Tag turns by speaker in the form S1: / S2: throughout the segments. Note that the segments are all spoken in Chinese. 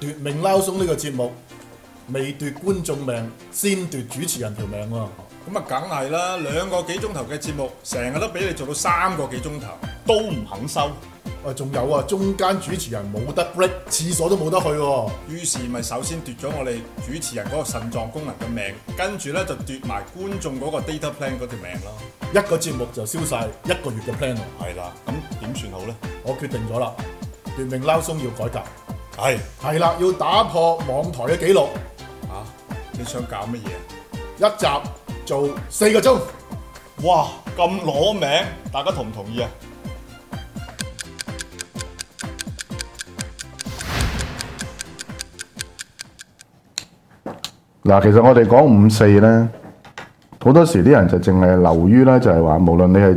S1: 奪命撈鬆呢個節目，未奪觀眾命，先奪主持人條命喎、
S2: 咁啊，梗係啦，兩個幾鐘頭嘅節目，成日都俾你做到三個幾鐘頭，都唔肯收，
S1: 喂，仲有啊，中間主持人冇得 break，廁所都冇得去喎、
S2: 於是咪首先奪咗我哋主持人嗰個腎臟功能嘅命，跟住咧就奪埋觀眾嗰個 data plan 嗰條命咯。
S1: 一個節目就燒晒一個月嘅 plan 喎
S2: 係啦，咁點算好咧？
S1: 我決定咗啦，奪命撈鬆要改革，
S2: 係
S1: 係啦，要打破網台嘅紀錄，
S2: 啊，你想搞乜嘢啊？
S1: 一集做四個鐘。
S2: 哇，咁攞名，大家同唔同意啊？
S3: 嗱，其實我哋講五四呢，好多時啲人就淨係流於呢，就係話，無論你係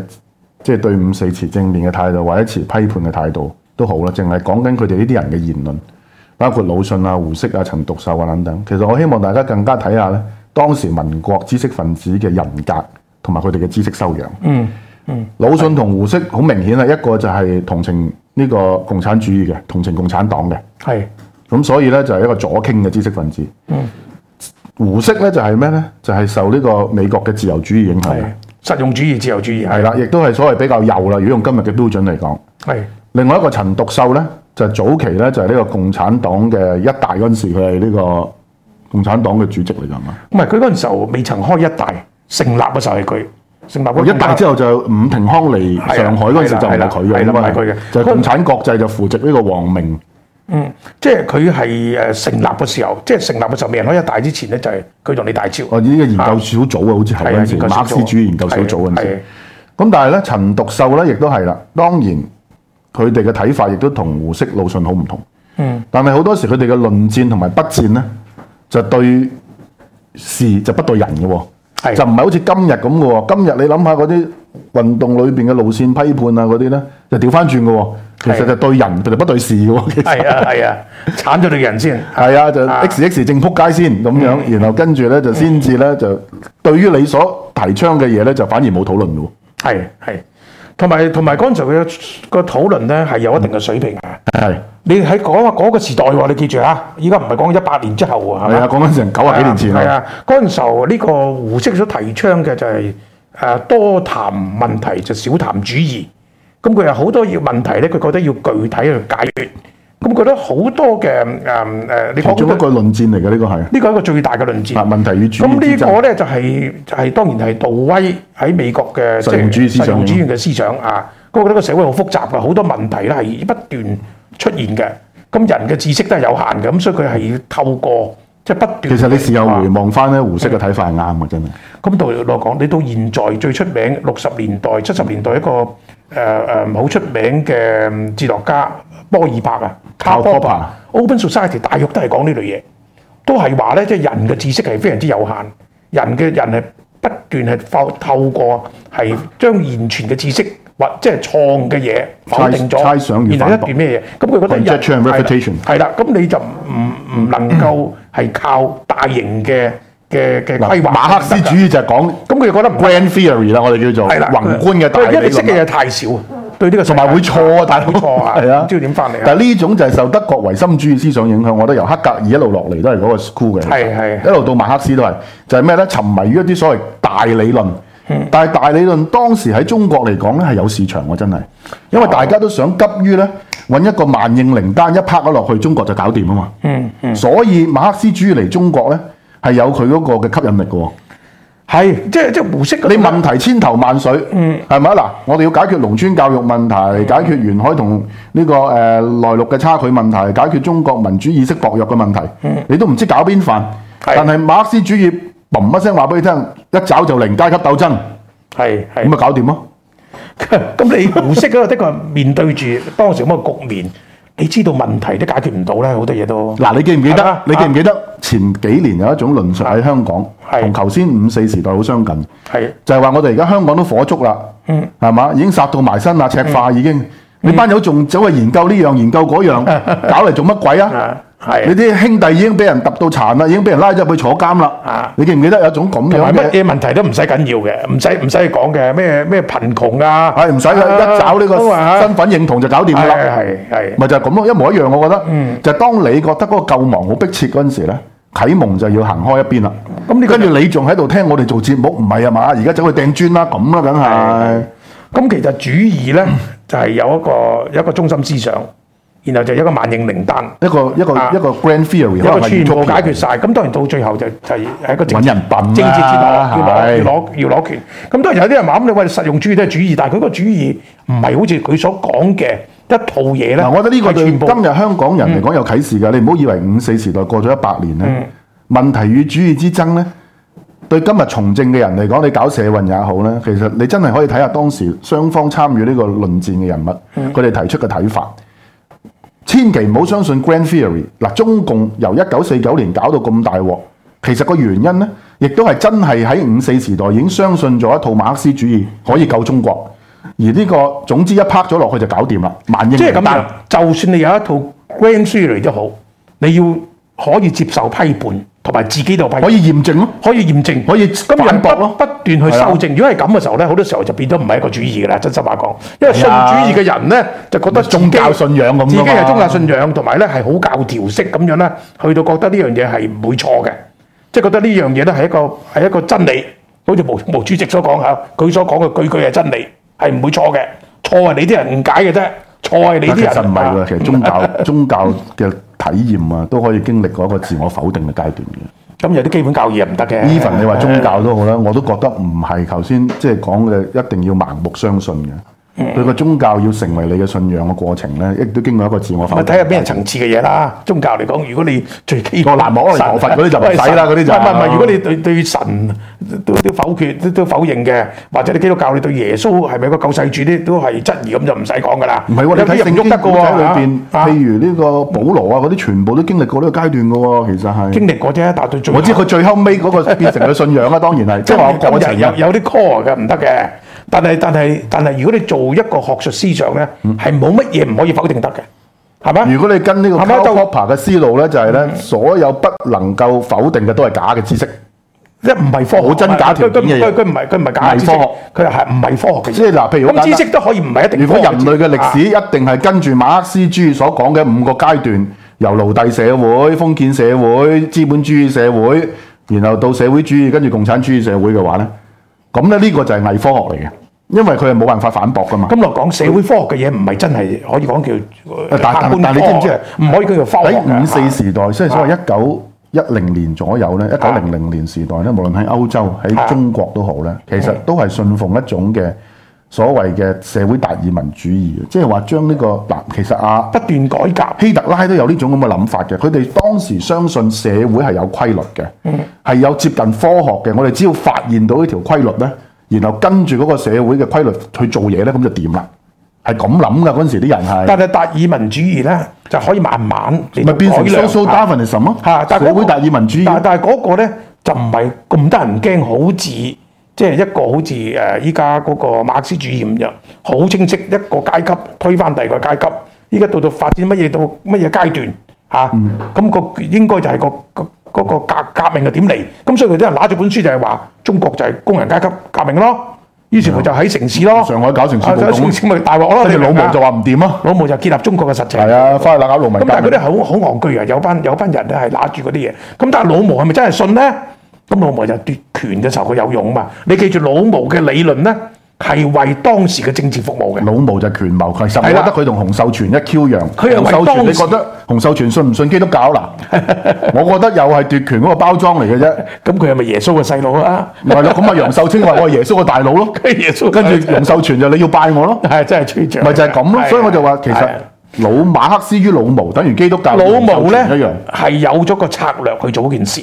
S3: 即係對五四持正面嘅態度，或者持批判嘅態度都好啦，淨係講緊佢哋呢啲人嘅言論，包括魯迅啊、胡適啊、陳獨秀啊等等。其實我希望大家更加睇下呢，當時民國知識分子嘅人格同埋佢哋嘅知識修養。嗯嗯，魯迅同胡適好明顯啦，一個就係同情呢個共產主義嘅，同情共產黨嘅。
S4: 係嗯
S3: 咁所以呢，就係、一個左傾嘅知識分子。胡適呢，就係咩呢？就係、受呢個美國嘅自由主義影響嘅
S4: 係，實用主義、自由主義啊
S3: 係啦，亦都係所謂比較右啦。如果用今日嘅標準嚟講，
S4: 係
S3: 另外一個陳獨秀呢，就早期呢，就係、呢個共產黨嘅一大嗰陣時，佢係呢個共產黨嘅主席嚟㗎嘛。
S4: 唔係佢嗰陣時候未曾開一大成立嘅時候係佢成立嗰個
S3: 哦一大之後就伍廷康嚟上海嗰陣時就唔係佢嘅，
S4: 係啦係啦
S3: 應該
S4: 係啦唔係佢嘅
S3: 就係共產國際就扶植呢個王明。
S4: 即係佢係誒成立嘅時候，即係成立嘅時候未人開一大之前咧，就係佢同你大潮。
S3: 哦，呢個研究小組啊，好似係
S4: 係
S3: 嗰
S4: 啊
S3: 陣時，
S4: 研究小組
S3: 馬克思主義研究小組嗰陣
S4: 係啊
S3: 時。咁但係咧，陳獨秀咧亦都係啦。當然，佢哋嘅睇法亦都同胡適、魯迅好唔同。嗯。但係好多時佢哋嘅論戰同埋筆戰咧，就對事就不對人嘅喎、
S4: 係
S3: 就唔係好似今日咁嘅喎。今日你諗下嗰啲運動裏邊嘅路線批判啊嗰啲咧，就調翻轉嘅喎。其實
S4: 係
S3: 就對人，佢哋不對事嘅喎。其實
S4: 係啊係啊，剷咗你嘅人先。
S3: 係啊，就
S4: 啊嗯
S3: X X 正撲街先咁樣，然後跟住咧就先至咧就對於你所提倡嘅嘢咧就反而冇討論咯。
S4: 係係，同埋同埋嗰陣時候嘅個討論咧係有一定嘅水平嘅。
S3: 係
S4: 你喺嗰個嗰個時代喎，你記住啊！依家唔係講一百年之後喎，係
S3: 係
S4: 咪
S3: 啊，？講緊成九啊幾年前
S4: 係
S3: 啦。
S4: 啊，嗰陣時候呢個胡適所提倡嘅就係、呃多談問題就少談主義，咁佢有好多要問題咧，佢覺得要具體去解決，咁覺得好多嘅誒誒，你
S3: 其中一
S4: 講
S3: 個
S4: 到
S3: 論戰嚟嘅呢個係
S4: 呢個係一個最大嘅論
S3: 啊
S4: 戰。
S3: 問題與主
S4: 咁
S3: 義
S4: 呢
S3: 之
S4: 個
S3: 爭。
S4: 咧就係、就係、當然係杜威喺美國嘅
S3: 實用主義思想
S4: 實用主義嘅思想啊，咁我覺得個社會好複雜嘅，好多問題咧係不斷出現嘅。咁人嘅知識都係有限嘅，咁所以佢係要透過即係不斷。啊
S3: 其實你事後回望翻咧，胡適嘅睇法係啱嘅，真係。
S4: 咁到嚟講，你到現在最出名六十年代、七十年代一個誒誒好出名嘅哲學家波爾伯啊
S3: Karl Popper
S4: Open Society 大約都係講呢類嘢，都係話咧，即係人嘅知識係非常之有限，人嘅人係不斷係透透過係將現存嘅知識或即係錯誤嘅嘢否定
S3: 猜猜想與
S4: 咗，然後一
S3: 反駁
S4: 段咩嘢？咁佢覺得人
S3: Conjecture and
S4: 係啦
S3: refutation
S4: 係啦，咁你就唔唔唔能夠係靠大型嘅嘅嘅
S3: 嗱
S4: 規劃。
S3: 馬克思主義就係講
S4: 咁佢哋覺得唔係
S3: grand theory 啦，我哋叫做
S4: 係啦，
S3: 宏觀嘅大
S4: 佢因為
S3: 理
S4: 你識
S3: 論
S4: 嘅
S3: 啦。
S4: 嘢太少，對呢個世
S3: 同
S4: 界
S3: 埋會錯啊，大佬
S4: 會錯 啊，
S3: 係啊
S4: 唔知點翻嚟啊，
S3: 但係呢種就係受德國唯心主義思想影響，我覺得由黑格爾一路落嚟都係嗰個 school 嘅，
S4: 係係
S3: 一路到馬克思都係，就係咩呢？沉迷於一啲所謂大理論。
S4: 嗯
S3: 但係大理論當時喺中國嚟講呢係有市場喎，真係，因為
S4: 哦
S3: 大家都想急於呢揾一個萬應靈丹一拍咗落去，中國就搞掂啊嘛。嗯嗯、所以馬克思主義嚟中國呢係有佢嗰個嘅吸引力嘅喎。
S4: 係即係即係胡適嗰啲
S3: 你問題千頭萬緒，
S4: 嗯
S3: 係咪啊？嗱，我哋要解決農村教育問題，解決沿海同呢個誒內陸嘅差距問題，解決中國民主意識薄弱嘅問題，你都唔知搞邊範。
S4: 嗯係
S3: 但係馬克思主義嘣一聲話俾你聽，一找就零階級鬥爭，
S4: 係
S3: 咁
S4: 係
S3: 咪搞掂咯。
S4: 咁你胡適嗰個的確係面對住當時咁嘅局面，你知道問題都解決唔到啦，好多嘢都
S3: 嗱，你記唔記
S4: 係
S3: 得
S4: 啊？
S3: 你記唔記得前幾年有一種論述喺香港，
S4: 係
S3: 同頭先五四時代好相近。
S4: 係
S3: 就係話我哋而家香港都火燭啦，
S4: 嗯
S3: 係嘛、已經殺到埋身 啦，赤化已經。你班友仲走去研究呢樣研究嗰樣，搞嚟做乜鬼啊
S4: 啊？
S3: 你
S4: 係
S3: 啲兄弟已經俾人揼到殘啦，已經俾人拉咗入去坐監啦
S4: 啊。
S3: 你記唔記得有一種咁
S4: 同
S3: 樣
S4: 埋
S3: 嘅？
S4: 乜嘢問題都唔使緊要嘅，唔使唔使講嘅咩咩貧窮啊，
S3: 係唔使嘅，一找呢個
S4: 咁啊
S3: 身份認同就搞掂㗎
S4: 係
S3: 啦。
S4: 係係嗯
S3: 咪就係咁咯，一模一樣。我覺得，就係當你覺得嗰個救亡好迫切嗰陣時咧，啟蒙就要行開一邊啦。
S4: 咁呢個
S3: 跟住你仲喺度聽我哋做節目，唔係啊嘛？而家走去掟磚啦，咁啦，梗係。
S4: 咁其實主義咧就係、有一個有一個中心思想，然後就有一個萬應靈丹，
S3: 一個一個
S4: 啊
S3: 一個 grand theory，
S4: 一
S3: 可能
S4: 個
S3: 係
S4: 全部
S3: utopia
S4: 解決晒。咁當然到最後就就係、係一個政
S3: 揾
S4: 治
S3: 人笨啦
S4: 政治哲學，要攞
S3: 係
S4: 要攞要攞權。咁當然有啲人話咁你喂實用主義都係主義，但係佢個主義唔係好似佢所講嘅一套嘢咧。
S3: 嗱，我覺得呢個
S4: 係
S3: 對
S4: 全部嗯
S3: 今日香港人嚟講有啟示㗎。你唔好以為五四時代過咗一百年咧，問題與主義之爭咧，對今日從政嘅人嚟講，你搞社運也好咧，其實你真係可以睇下當時雙方參與呢個論戰嘅人物，
S4: 嗯
S3: 佢哋提出嘅睇法。千祈唔好相信 grand theory。嗱，中共由一九四九年搞到咁大鑊，其實個原因呢，亦都係真係喺五四時代已經相信咗一套馬克思主義可以救中國，而呢、個總之一拍咗落去就搞掂啦，萬應
S4: 即係咁
S3: 靈丹
S4: 樣，就算你有一套 grand theory 都好，你要可以接受批判同埋自己度批判
S3: 可。以驗證咯。
S4: 可以驗證，
S3: 可以
S4: 咁
S3: 反
S4: 人
S3: 駁
S4: 不
S3: 咯
S4: 不斷去修正。如果係咁嘅時候咧，好多時候就變咗唔係一個主義嘅啦。真心話講，因為信主義嘅人咧就覺得自己
S3: 宗教信仰咁㗎嘛
S4: 自己係宗教信仰，同埋咧係好教條式咁樣咧，去到覺得呢樣嘢係唔會錯嘅，即係覺得呢樣嘢咧係一個係一個真理。好似毛毛主席所講嚇，佢所講嘅句句係真理，係唔會錯嘅。錯係你啲人誤解嘅啫，錯係你
S3: 但
S4: 啲
S3: 其
S4: 人
S3: 實唔係
S4: 啊
S3: 㗎，其實宗 教宗教嘅體驗啊，都可以經歷嗰個自我否定嘅階段嘅。
S4: 咁有啲基本教義係唔得嘅。
S3: even 你話宗教都好啦，我都覺得唔係頭先即係講嘅一定要盲目相信嘅。佢個宗教要成為你嘅信仰嘅過程咧，亦都經過一個自我否
S4: 咪
S3: 定嘅階段。
S4: 睇下邊人層次嘅嘢啦。宗教嚟講，如果你最基
S3: 個欄目攞嚟
S4: 神
S3: 防佛嗰啲就唔
S4: 喂
S3: 使啦
S4: 神
S3: 嗰啲就
S4: 唔係唔係。如果你對對神都都否決都都否認嘅，或者你基督教你對耶穌係咪一個救世主啲都係質疑，咁就唔使講噶啦。
S3: 唔係喎，你
S4: 有
S3: 睇
S4: 啲人
S3: 聖
S4: 唔
S3: 經
S4: 喐得
S3: 古仔裏
S4: 嘅
S3: 邊
S4: 喎，啊
S3: 譬如呢個保羅啊嗰啲，全部都經歷過呢個階段嘅喎，其實係。
S4: 經歷過啫，但係對最
S3: 我知佢最後尾嗰個變成佢信仰啦，啊當然 係，即係話個過程
S4: 有
S3: 啊。
S4: 有啲 core 嘅唔得嘅，但係但係但係，如果你做一個學術思想咧，係冇乜嘢唔可以否定得嘅，係 咪？
S3: 如果你跟呢個
S4: 係咪
S3: Karl
S4: 就
S3: Popper 嘅思路咧，就係咧，所有不能夠否定嘅都係假嘅知識，
S4: 即係唔係科學，
S3: 冇真假條件嘅嘢
S4: 佢佢佢唔係佢唔係假知識
S3: 唔係科
S4: 佢係唔係科學嘅嘢。
S3: 即係嗱，譬如好
S4: 咁
S3: 簡
S4: 知
S3: 單
S4: 識都可以唔係一定
S3: 如
S4: 科
S3: 果
S4: 學知
S3: 人
S4: 識。
S3: 類嘅歷史
S4: 啊，
S3: 一定係跟住馬克思主義所講嘅五個階段，由奴隸社會、封建社會、資本主義社會，然後到社會主義，跟住共產主義社會嘅話咧，咁咧呢個就係偽科學嚟嘅，因為佢係冇辦法反駁噶嘛。
S4: 咁落啊講社會科學嘅嘢唔係真係可以講叫呃
S3: 但
S4: 客觀
S3: 但
S4: 科
S3: 你知唔知
S4: 學
S3: 啊
S4: 唔可以叫做科學
S3: 喺
S4: 嘅
S3: 五四時代，即係所謂
S4: 啊
S3: 一九一零年左右咧，一九零零年時代咧，無論喺歐洲、喺
S4: 啊
S3: 中國都好咧，其實都係信奉一種嘅所謂嘅社會達爾文主義，即係話將呢個嗱，其實啊
S4: 不斷改革。
S3: 希特拉都有呢種咁嘅諗法嘅，佢哋當時相信社會係有規律嘅，係、有接近科學嘅。我哋只要發現到呢條規律咧，然後跟住嗰個社會嘅規律去做嘢咧，咁就掂啦。係咁諗噶嗰陣時啲人係。
S4: 但係達爾文主義咧就可以慢慢
S3: 咪
S4: 嚟到
S3: 變成
S4: 改良
S3: social Darwinism 咯，
S4: 嚇，但係嗰
S3: 社
S4: 個
S3: 會達爾文主
S4: 但
S3: 義。
S4: 但係嗰個咧就唔
S3: 嗯
S4: 係咁得人驚，好似即係一個好似誒依家嗰個馬克思主義咁樣，好清晰一個階級推翻第二個階級。依家到到發展乜嘢到乜嘢階段嚇，咁、
S3: 嗯
S4: 個應該就係個個嗰個革革命嘅點嚟。咁所以佢啲人拿住本書就係話中國就係工人階級革命咯。於是乎就喺城市咯，
S3: 嗯上海搞城市暴動
S4: 啊城市咪大鑊咯。
S3: 跟住
S4: 你
S3: 老
S4: 明唔明啊
S3: 毛就話唔掂咯，
S4: 老毛就建立中國嘅實情。
S3: 係啊，翻去鬧搞農民
S4: 咁但係
S3: 革
S4: 嗰啲
S3: 命。
S4: 好好戇居啊！有班有班人咧係揦住嗰啲嘢，咁但係老毛係咪真係信咧？咁老毛就奪權嘅時候佢有用啊嘛！你記住老毛嘅理論咧係為當時嘅政治服務嘅，
S3: 老毛就權謀，其實我覺
S4: 係啦
S3: 得佢同洪秀全一 Q 樣。
S4: 佢又
S3: 洪
S4: 為
S3: 秀全，
S4: 當
S3: 你
S4: 時
S3: 覺得洪秀全信唔信基督教 嗱？我覺得又係奪權嗰個包裝嚟嘅啫。
S4: 咁佢係咪耶穌嘅細佬啊？
S3: 咪係咯，咁啊楊秀清話我係耶穌個大佬咯，
S4: 耶穌
S3: 跟住洪秀全就你要拜我咯，
S4: 係真係吹脹，
S3: 咪就係咁咯。
S4: 係
S3: 所以我就話其
S4: 係啊
S3: 實老馬克思於老毛等於基督教同
S4: 老毛
S3: 洪秀
S4: 咧
S3: 全一樣。
S4: 係有咗個策略去做件事，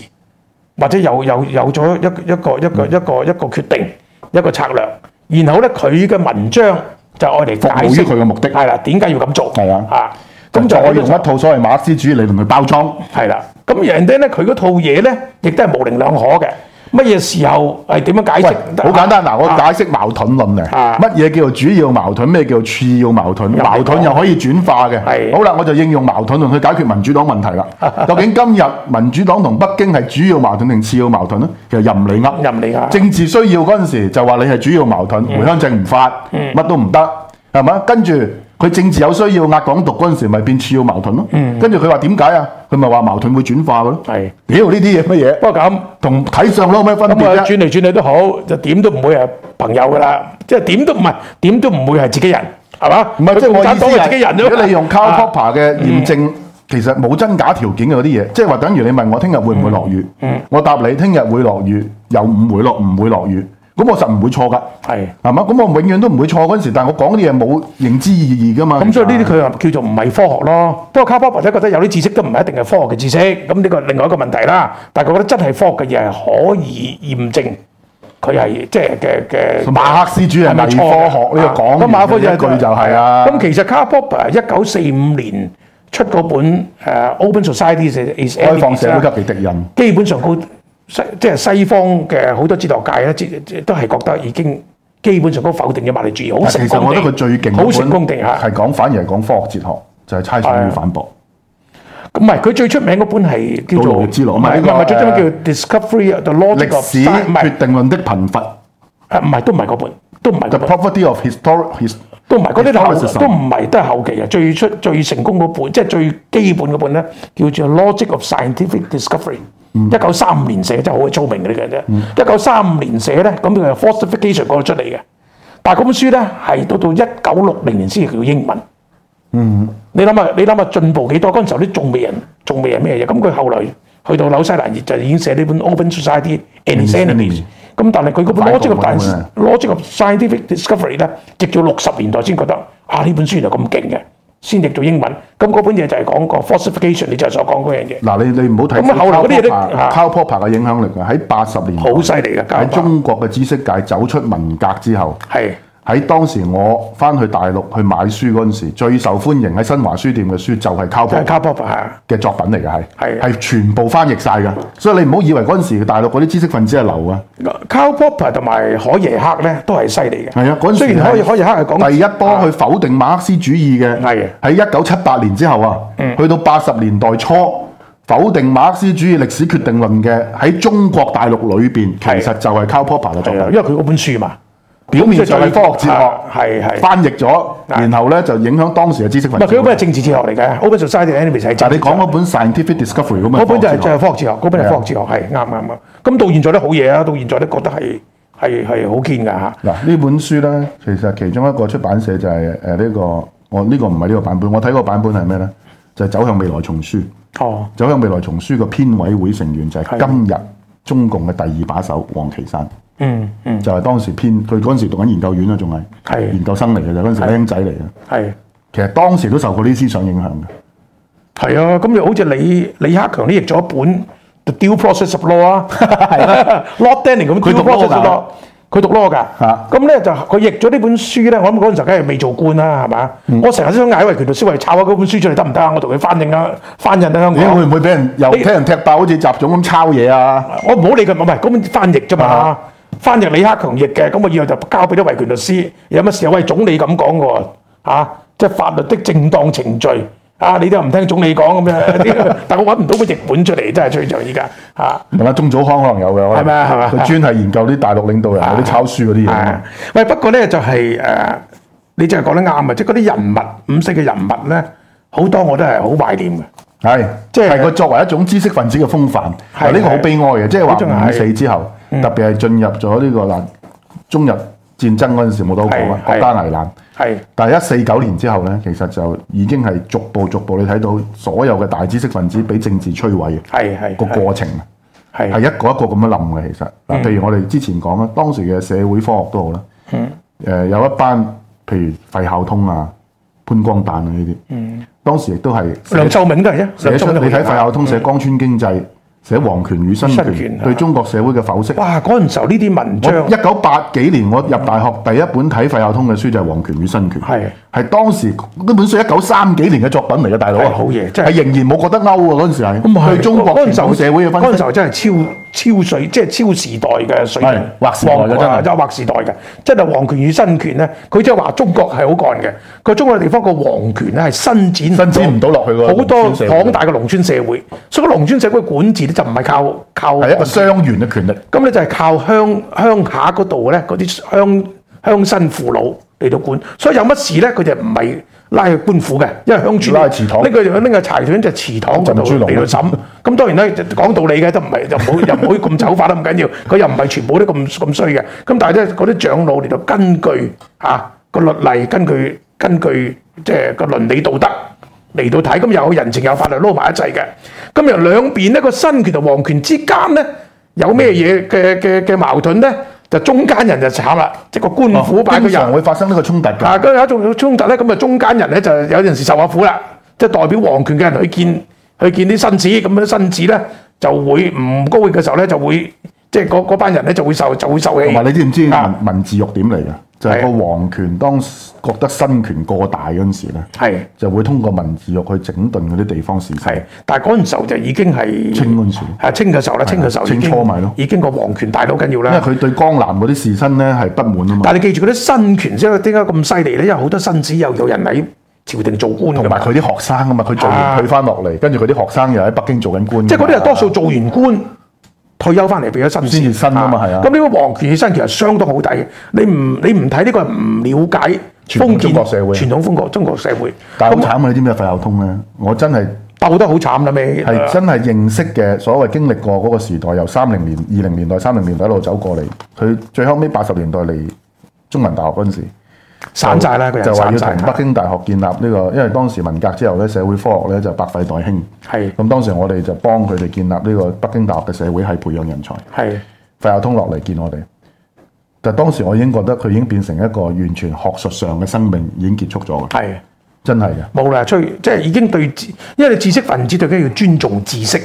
S4: 或者有有有咗一一個一個一個一個決定一個策略，然後咧佢嘅文章就愛嚟解
S3: 服務
S4: 釋
S3: 於佢嘅目的
S4: 係啦，點解要咁做？
S3: 係啊
S4: 啊，
S3: 咁
S4: 咁
S3: 就
S4: 就
S3: 我用一套所謂馬克思主義理論去包裝。
S4: 係啦，咁人哋咧佢嗰套嘢咧，亦都係模棱兩可嘅。乜嘢時候係點樣解
S3: 喂，好
S4: 釋？
S3: 簡單嗱，我
S4: 啊
S3: 解釋矛盾論
S4: 啊
S3: 啊，乜嘢叫做主要矛盾，咩叫做次要矛盾？
S4: 有
S3: 矛盾又可以轉化
S4: 係
S3: 嘅。好啦，我就應用矛盾論去解決民主黨問 題啦。究竟今日民主黨同北京係主要矛盾定次要矛盾呢？其實任你噏，
S4: 任嗯你噏
S3: 政治需要嗰陣時就話你係主要矛盾，回鄉證唔發，
S4: 嗯
S3: 乜都唔得，係咪？跟住佢政治有需要壓港獨嗰陣時，咪變次要矛盾咯。跟住佢話點解啊？佢咪話矛盾會轉化嘅咯。
S4: 嗯係
S3: 屌呢啲嘢乜嘢？
S4: 不過咁。
S3: 同睇相有咩分別
S4: 咁啊，
S3: 啫？
S4: 轉嚟轉去都好，就點都唔會係朋友噶啦，即係點都唔係，點都唔會係自己人，係嘛？
S3: 唔係，即係我
S4: 共產黨
S3: 意思
S4: 係自己人
S3: 係，
S4: 啫嘛
S3: 如果你用 c a l p o p
S4: 啊
S3: a 嘅驗證，其實冇真假條件嘅嗰啲嘢，即係話等於你問我聽日會唔會落雨，
S4: 嗯
S3: 我答你聽日會落雨，又唔會落，唔會落雨，咁我實唔會錯㗎，
S4: 係
S3: 係嘛？咁我永遠都唔會錯嗰陣時，但係我講啲嘢冇認知意義㗎嘛。啊
S4: 咁所以呢
S3: 其實
S4: 啲佢話叫做唔係科學咯。不過卡波或者覺得有啲知識都唔係一定係科學嘅知識，咁呢個另外一個問題啦。但係佢覺得真係科學嘅嘢係可以驗證佢係即係嘅嘅
S3: 馬克思主義係咪
S4: 係咪
S3: 科
S4: 錯嘅
S3: 學呢個
S4: 啊
S3: 講
S4: 咁馬克思主義
S3: 一句就係啊。
S4: 咁其實卡波一九四五年出嗰本誒 Open Society is 啊
S3: 開放社會
S4: Enemies 啦
S3: 給敵人，
S4: 基本上佢西即係西方嘅好多哲學界咧，即即都係覺得已經基本上都否定咗馬列主義，好
S3: 但其實
S4: 成功地
S3: 我覺得佢最勁
S4: 好成功地嚇。啊
S3: 係講反而係講科學哲學，就係猜想與反駁。
S4: 唔係佢最出名嗰本係叫
S3: 道
S4: 做
S3: 路之路
S4: 唔
S3: 唔係
S4: 係
S3: 呢
S4: 唔
S3: 個
S4: 係最出名
S3: 誒
S4: 叫 Discovery of the Logic
S3: 歷
S4: of
S3: 史
S4: Science，唔係
S3: 決定論的貧乏
S4: 誒唔係都唔係嗰本，都唔係
S3: ，The
S4: 嗰本，
S3: Poverty of Historic His。
S4: 都唔係嗰啲都後
S3: Historicism
S4: 都唔係都係後期嘅，最出最成功嗰本即係最基本嗰本咧叫做 Logic of Scientific Discovery。一九三五年寫真係好聰明嘅呢個啫。一九三五年寫咧，咁佢係 Fortification 嗰度出嚟嘅。但係嗰本書咧係到到一九六零年先叫英文。你諗下，你諗下進步幾多？嗰陣時候都仲未人，仲未人咩嘢？咁佢後來去到紐西蘭就已經寫呢本《Open Society and
S3: And
S4: Its
S3: Its
S4: Enemies
S3: Enemies》。
S4: 咁但係佢嗰本
S3: 快
S4: 《Logic
S3: 過
S4: of
S3: 我本啊
S4: Logic of Scientific Discovery》咧，直到六十年代先覺得啊呢本書原來咁勁嘅，先譯做英文。咁嗰本嘢就係講個 falsification，你就係所講嗰樣嘢，
S3: 嗱，你你唔好睇
S4: 咁後來嗰啲嘢都啊
S3: Karl Popper 嘅影響力啊，喺八十年代
S4: 好犀利嘅。
S3: 喺中國嘅知識界走出文革之後，
S4: 係
S3: 喺當時我翻去大陸去買書嗰陣時，最受歡迎喺新華書店嘅書就係 Karl
S4: 就係
S3: Popper
S4: c a r b o 啊，
S3: 嘅作品嚟嘅，
S4: 係
S3: 係係全部翻譯晒嘅，所以你唔好以為嗰陣時大陸嗰啲知識分子係流啊，
S4: c a r b o 同埋海耶克咧都係犀利嘅。
S3: 係啊，嗰陣
S4: 雖
S3: 時
S4: 然海耶海耶克係講
S3: 第一波去否定馬克思主義嘅，
S4: 啊係嗯
S3: 喺一九七八年之後啊，去到八十年代初否定馬克思主義歷史決定論嘅喺中國大陸裏邊，其
S4: 係
S3: 實就係 Karl Popper 嘅作
S4: 係
S3: 品
S4: 啊，。因為佢嗰本書嘛。
S3: 表面上係科學哲
S4: 啊
S3: 學，
S4: 係係
S3: 翻譯咗，然後咧就影響當時嘅知識
S4: 唔
S3: 分
S4: 係
S3: 子。
S4: 佢嗰本係政治哲學嚟嘅，Open Society and Enemies
S3: 但係
S4: 係政
S3: 你
S4: 治哲學
S3: 講嗰本 scientific discovery 咁嘅
S4: 嗰本就係
S3: 科學
S4: 就
S3: 哲
S4: 係
S3: 學啊
S4: 科學哲學，嗰本係科學哲學，係啱啱啱。咁到現在都好嘢啊，到現在都覺得係係係好堅㗎嚇。
S3: 嗱呢本書咧，其實其中一個出版社就係誒呢個，我呢個唔係呢個版本，我睇個版本係咩咧？就係走向未來叢書，
S4: 哦，
S3: 走向未來叢書嘅編委會成員就係
S4: 係
S3: 今日中共嘅第二把手黃岐山。
S4: 嗯嗯，
S3: 就係當時編，佢嗰陣時讀緊研究院啊，仲係
S4: 係
S3: 研究生嚟嘅，就嗰陣時僆仔嚟嘅。
S4: 係
S3: 其實當時都受過呢啲思想影響嘅。
S4: 係啊，咁又好似李李克強呢譯咗一本《The Due Process of Law》啊，Lord Denning 咁，
S3: 佢讀
S4: Due Process of
S3: law 㗎
S4: Law 佢讀 law 㗎
S3: 啊，
S4: 咁咧就佢譯咗呢本書咧，我諗嗰陣時梗係未做官啦，係嘛？
S3: 嗯
S4: 我成日都想嗌喂權律師喂抄下嗰本書出嚟得唔得啊？我同佢翻譯啊，翻印啊香
S3: 你
S4: 港
S3: 會。唔會俾人又
S4: 你
S3: 聽人踢爆，好似習總咁抄嘢啊？
S4: 我唔好理佢，唔係咁翻譯啫嘛。翻譯李克強譯嘅，咁我以後就交俾啲維權律師。有乜事啊？喂，總理咁講嘅喎，啊即係法律的正當程序。啊！你都唔聽總理講咁樣， 但我揾唔到個譯本出嚟，真係吹脹依家嚇。
S3: 同埋鐘祖康可能有嘅，可能
S4: 係咪啊係咪啊
S3: 佢專係研究啲大陸領導人嗰啲抄書嗰啲嘢啊
S4: 啊
S3: 嘛。
S4: 喂，不過咧就係、呃你真係講得啱啊！即係嗰啲人物五四嘅人物咧，好多我都係好懷念嘅。
S3: 係，即
S4: 即係
S3: 係佢作為一種知識分子嘅風範。
S4: 係
S3: 嗱呢個好
S4: 係
S3: 悲哀嘅，即係
S4: 呢種嗯係
S3: 話五四之後，特別係進入咗呢個嗱中日戰爭嗰陣時冇得好講啊，
S4: 係
S3: 國
S4: 係
S3: 家危難。
S4: 係
S3: 但係一四九年之後咧，其實就已經係逐步逐步，你睇到所有嘅大知識分子俾政治摧毀嘅
S4: 係係
S3: 個過程，
S4: 係
S3: 係一個一個咁樣冧嘅。其實
S4: 嗯
S3: 嗱，譬如我哋之前講啦，當時嘅社會科學都好啦，
S4: 嗯
S3: 誒有一班譬如費孝通啊、潘光旦啊呢啲，當時亦都係寫
S4: 嗯梁秀明都係啫，
S3: 寫
S4: 梁秀
S3: 出
S4: 明都好
S3: 你睇
S4: 嘢
S3: 費孝通寫江川經濟、寫皇權與新
S4: 嗯新權
S3: 權
S4: 啊
S3: 對中國社會嘅剖析。
S4: 哇！嗰陣時候呢啲文章
S3: 一九八幾年我入大學第一本睇費孝通嘅書就係《皇權與新權》，
S4: 係
S3: 係當時呢本書一九三幾年嘅作品嚟嘅，大佬啊
S4: 係好嘢真係
S3: 係仍然冇覺得勾啊嗰陣時係
S4: 咁係
S3: 對中國
S4: 嗰陣時
S3: 傳統
S4: 候
S3: 社會嘅
S4: 嗰
S3: 分
S4: 陣時
S3: 析，
S4: 候真係超超水，即係超時代嘅水平，
S3: 係劃時代嘅真係
S4: 啊劃時代嘅，真係皇權與新權咧。佢即係話中國係好幹嘅，佢中國嘅地方個皇權咧係伸展
S3: 伸展唔到落去個
S4: 好多
S3: 農村社會
S4: 廣大嘅農村社會，所以個農村社會管治咧就唔係靠靠
S3: 係一個雙元嘅權力。
S4: 咁咧就係靠鄉鄉下嗰度咧，嗰啲鄉鄉紳父老嚟到管，所以有乜事咧，佢就唔係拉去官府嘅，因為鄉村
S3: 拉去祠堂
S4: 呢個拎個柴團就祠堂嗰度
S3: 浸豬籠
S4: 嚟到 審。咁當然咧，講道理嘅都唔係，又唔好又唔好咁走法得咁緊要，佢又唔係全部都咁咁衰嘅。咁但係咧，嗰啲長老嚟到根據啊個律例，根據根據即係個倫理道德。嚟到睇，咁有人情有法律撈埋一齊嘅。咁由兩邊呢個新權同皇權之間咧，有咩嘢嘅嘅嘅矛盾咧？就中間人就慘啦，即係個官府擺個
S3: 經
S4: 人
S3: 常會發生呢個衝突㗎。
S4: 啊，咁有一種衝突咧，咁啊中間人咧就有陣時受下苦啦，即係代表皇權嘅人去見去見啲紳士，咁樣紳士咧就會唔高興嘅時候咧就會即係嗰嗰班人咧就會受就會受
S3: 同。
S4: 氣
S3: 埋你知唔知
S4: 啊
S3: 文文字獄點嚟嘅？就係
S4: 係
S3: 個皇權當覺得新權過大嗰陣時咧，
S4: 係
S3: 就會通過文字獄去整頓嗰啲地方事
S4: 係
S3: 勢。，
S4: 但係嗰陣時候就已經係
S3: 清嗰陣時
S4: 係清嘅時候啦，清嘅時候已經
S3: 清初咪咯
S4: 已經個皇權大佬緊要啦。
S3: 因為佢對江南嗰啲士紳咧係不滿啊嘛，
S4: 但係你記住嗰啲新權之後點解咁犀利咧？因為好多新子又有人喺朝廷做官㗎
S3: 同埋
S4: 嘛，
S3: 佢啲學生啊嘛，佢做
S4: 啊
S3: 完退翻落嚟，跟住佢啲學生又喺北京做緊官㗎嘛。
S4: 即係嗰啲係多數做完官退休翻嚟變咗
S3: 先
S4: 新
S3: 至新啊嘛係啊
S4: 咁呢個皇權與新權係相當好睇嘅。你唔你唔睇呢個係唔了解
S3: 傳統
S4: 封建
S3: 中國社會
S4: 傳統中國中國社會，
S3: 但係
S4: 咁
S3: 好慘啊！你知唔知費孝通咧？我真係
S4: 鬥得好慘啦，咪
S3: 係真係認識嘅，所謂經歷過嗰個時代，由三零年、二零年代、三零年代一路走過嚟，佢最後尾八十年代嚟中文大學嗰陣時。
S4: 散晒啦，個
S3: 就
S4: 人
S3: 話
S4: 散
S3: 要
S4: 晒
S3: 同。北京大學建立呢、個，因為當時文革之後咧，社會科學咧就百廢待興。
S4: 係
S3: 咁當時我哋就幫佢哋建立呢個北京大學嘅社會系培養人才。
S4: 係
S3: 費孝通落嚟見我哋，但當時我已經覺得佢已經變成一個完全學術上嘅生命已經結束咗嘅，
S4: 係。
S3: 真係嘅。
S4: 冇啦，吹即係已經對知，因為你知識分子最緊要尊重知識，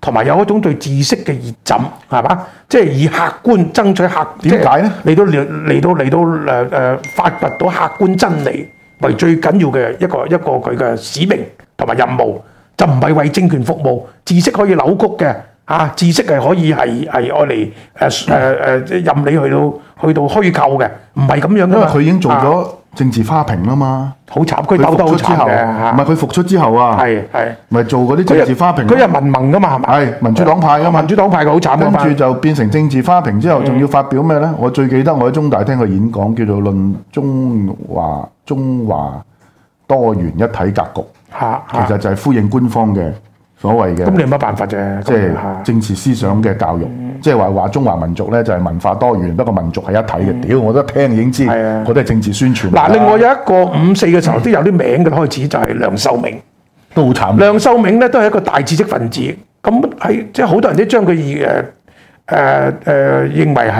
S4: 同埋有一種對知識嘅熱忱，係嘛？即係以客觀爭取客
S3: 點解呢
S4: 即係嚟到嚟到嚟到誒誒、呃發掘到客觀真理為最緊要嘅一個一個佢嘅使命同埋任務，就唔係為政權服務。知識可以扭曲嘅。啊！知識係可以係係愛嚟誒誒誒任你去到去到虛構嘅，唔係咁樣㗎
S3: 因為
S4: 嘛
S3: 佢已經做
S4: 啊
S3: 咗政治花瓶啦嘛，
S4: 好慘，佢
S3: 佢
S4: 鬥得
S3: 復
S4: 好
S3: 出之
S4: 慘
S3: 後，
S4: 嘅
S3: 唔
S4: 嚇
S3: 係佢復出之後啊，
S4: 係係。
S3: 咪做嗰啲
S4: 佢
S3: 政
S4: 又
S3: 治花瓶咯，
S4: 佢又民盟噶啊嘛，係咪？
S3: 係民主黨派啊噶嘛
S4: 民。主黨派佢好慘啊噶
S3: 跟
S4: 嘛。
S3: 住就變成政治花瓶之後，
S4: 嗯
S3: 仲要發表咩呢？我最記得我喺中大聽佢演講，叫做《論中華中華多元一體格局》，
S4: 嚇
S3: 其
S4: 嚇
S3: 實就係呼應官方嘅所謂
S4: 咁你嗯
S3: 嘅
S4: 有乜辦法啫？
S3: 即
S4: 咁啊
S3: 係政治思想嘅教育，即係話話中華民族呢就係文化多元，不過民族係一體嘅。屌，我都一聽已經知，
S4: 嗯係啊
S3: 嗰啲係政治宣傳嚟㗎。
S4: 嗱，另外有一個五四嘅時候都有啲名嘅開始，就係梁秀明。
S3: 都好慘，
S4: 梁秀明咧都係一個大知識分子，咁喺即係好多人都將佢誒誒誒認為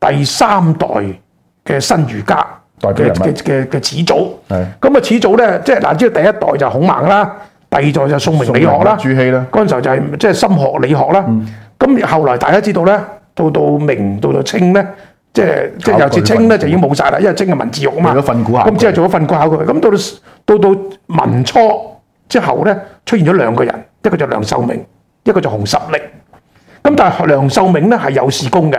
S4: 係第三代嘅新儒家
S3: 代表
S4: 嘅
S3: 人物
S4: 嘅嘅嘅始祖。
S3: 係
S4: 咁啊，始祖咧即係嗱，即係第一代就孔孟啦，第二代就宋明理學
S3: 宋明
S4: 啦，
S3: 理朱熹啦
S4: 嗰陣時候就係即係心學理學啦。咁、後來大家知道咧，到到明到到清咧。即係即係由至清咧就已經冇晒啦，因為清係文字獄啊嘛。
S3: 為咗訓詁下佢
S4: 咁即係做咗份考佢。咁到到到到民初之後咧，出現咗兩個人，一個就梁秀明，一個就熊十力。咁但係梁秀明咧係有事功嘅，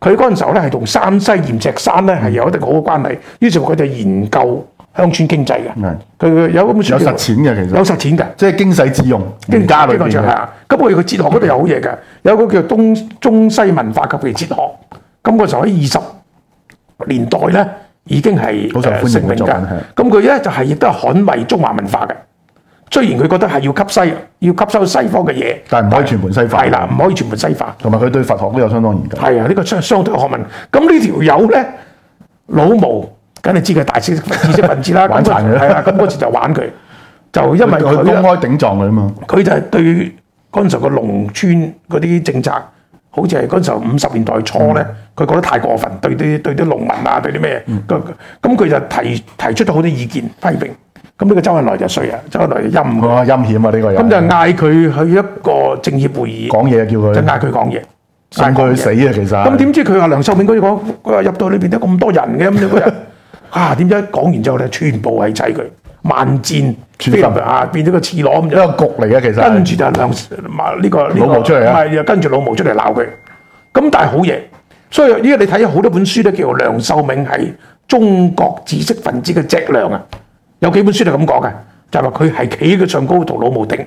S4: 佢嗰陣時候咧係同山西鹽石山咧係有一定好嘅關係，於是乎佢就研究鄉村經濟嘅
S3: 係。
S4: 佢有本
S3: 嗯
S4: 書
S3: 有
S4: 叫
S3: 實踐嘅其實，
S4: 有實踐嘅。
S3: 即係經世致用，儒家裏邊
S4: 係
S3: 嘅。
S4: 啊，咁佢個哲學嗰度有好嘢嘅，有個叫東中西文化及其哲學。咁嗰時候喺二十年代咧已經係
S3: 好受歡迎嘅
S4: 誒成名
S3: 作
S4: 㗎
S3: 品係。
S4: 咁佢咧就係亦都係捍衞中華文化嘅。雖然佢覺得係要吸西，要吸收西方嘅嘢，
S3: 但係唔可以全盤西化
S4: 係啦，唔可以全部西化。
S3: 同埋佢對佛學都有相當研究。
S4: 係啊，呢、個相相對學問。咁呢條友咧，老毛梗係知佢大知識知識分子 啦。
S3: 玩
S4: 咁
S3: 殘佢
S4: 係啦，咁嗰次就玩佢，就因為
S3: 佢
S4: 佢
S3: 公
S4: 呢
S3: 開頂撞佢啊嘛。
S4: 佢就係對嗰陣時候個農村嗰啲政策，好似係嗰陣時候五十年代初咧，
S3: 嗯
S4: 佢、覺得太過分，對啲對啲農民啊，對啲咩，咁咁佢就提提出咗好多意見批評。咁呢個周恩來就衰啊，周恩來就陰佢，
S3: 哇，陰險啊！呢個人
S4: 咁就嗌佢去一個政協會議，
S3: 講嘢啊叫佢
S4: 就嗌佢講嘢，
S3: 送佢去死
S4: 嗌佢講嘢
S3: 啊！其實
S4: 咁點知佢話梁秀明嗰個 佢話入到裏邊都咁多人嘅咁樣嗰人，啊點知一講完之後咧，全部係砌佢。萬箭
S3: 穿心
S4: 飛入啊，變咗個刺攞咁
S3: 一個
S4: 樣。
S3: 局嚟嘅其實
S4: 跟
S3: 係。
S4: 住就梁呢、個呢、
S3: 老
S4: 個
S3: 毛出嚟啊
S4: 唔係跟住老毛出嚟鬧佢。咁但係好嘢，所以呢個你睇好多本書咧，叫做梁秀銘係中國知識分子嘅脊梁啊。有幾本書就咁講嘅，就係話佢係企喺佢上高同老毛頂，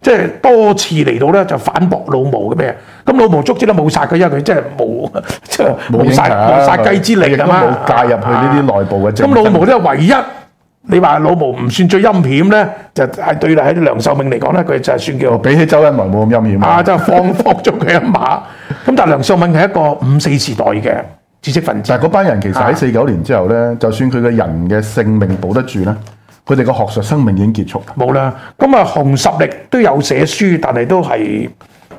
S4: 即係多次嚟到咧就反駁老毛嘅咩。咁老毛足之都冇殺佢，因為佢真係冇即係
S3: 冇
S4: 冇
S3: 影
S4: 殺
S3: 響
S4: 冇殺雞之力
S3: 亦都
S4: 啊嘛，
S3: 冇介入去呢啲內部嘅政
S4: 咁
S3: 爭
S4: 老毛咧唯一，你話老毛唔算最陰險咧，就係對啦喺梁秀銘嚟講咧，佢就係算叫
S3: 比起周恩來冇咁陰險
S4: 啊，就放放咗佢一馬。咁但係梁秀銘係一個五四時代嘅知識分子
S3: 但係嗰班人其實
S4: 啊
S3: 喺四九年之後咧，就算佢嘅人嘅性命保得住咧，佢哋個學術生命已經結束。
S4: 冇啦。咁啊，熊十力都有寫書，但係都係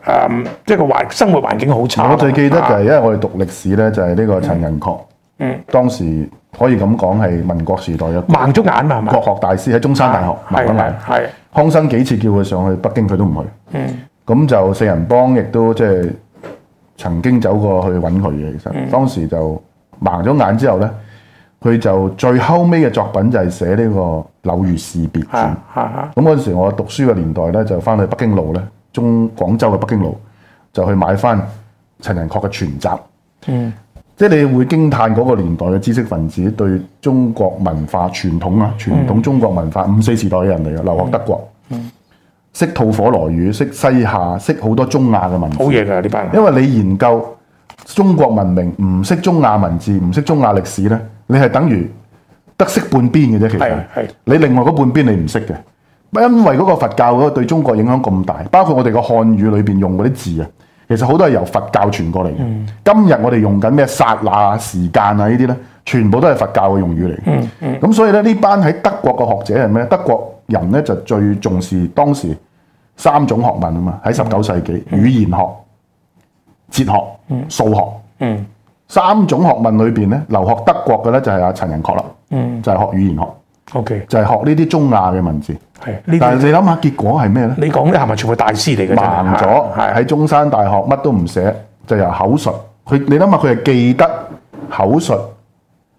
S4: 誒，即係個環生活環境好差。
S3: 我最記得就
S4: 啊
S3: 係因為我哋讀歷史咧，就係呢個陳寅恪，嗯，當時可以咁講係民國時代嘅
S4: 盲咗眼嘛，係
S3: 國
S4: 咪？
S3: 學大師喺中山大學
S4: 啊係
S3: 盲咗
S4: 係
S3: 眼。
S4: 係
S3: 康生幾次叫佢上去北京，佢都唔去。嗯，咁就四人幫亦都即係曾經走過去揾佢嘅。其實、當時就盲咗眼之後咧，佢就最後尾嘅作品就係寫呢個《柳如是別傳》。
S4: 嚇嚇嚇
S3: 咁嗰陣時我讀書嘅年代咧，就翻去北京路咧，中廣州嘅北京路就去買翻陳寅恪嘅全集。
S4: 嗯，
S3: 即係你會驚嘆嗰個年代嘅知識分子對中國文化傳統
S4: 嗯
S3: 啊，傳統中國文化五四時代嘅人嚟嘅，留學德國，
S4: 嗯
S3: 識吐火羅語，識西夏，識好多中亞嘅文
S4: 好
S3: 字。
S4: 嘢㗎呢班人。
S3: 因為你研究中國文明，唔識中亞文字，唔識中亞歷史咧，你係等於得識半邊嘅啫。其實
S4: 係係
S3: 你另外嗰半邊你唔識嘅，因為嗰個佛教嗰個對中國影響咁大，包括我哋個漢語裏邊用嗰啲字啊，其實好多係由佛教傳過嚟嘅。今日我哋用緊咩剎那啊、時間啊呢啲咧，全部都係佛教嘅用語嚟嘅。咁、所以咧，呢班喺德國嘅學者係咩呢？德國人咧就最重視當時三種學問啊嘛，喺十九世紀、語言學。哲學、數學，
S4: 嗯
S3: 三種學問裏邊咧，留學德國嘅咧就係阿陳寅恪啦，
S4: 嗯
S3: 就係學語言學，
S4: ，OK，
S3: 就係學呢啲中亞嘅文字。
S4: 係呢
S3: 但係
S4: 啲
S3: 你諗下，結果係咩咧？
S4: 你講咧係咪全部大師嚟嘅？真係
S3: 盲咗，
S4: 係
S3: 喺中山大學乜都唔寫，就由口述。佢你諗下，佢係記得口述，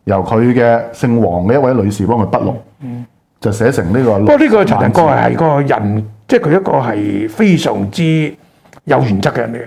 S3: 由佢嘅姓黃嘅一位女士幫佢筆錄，就寫成呢個。
S4: 不過呢個陳仁國係個人，即係佢一個係非常之有原則嘅人嚟嘅。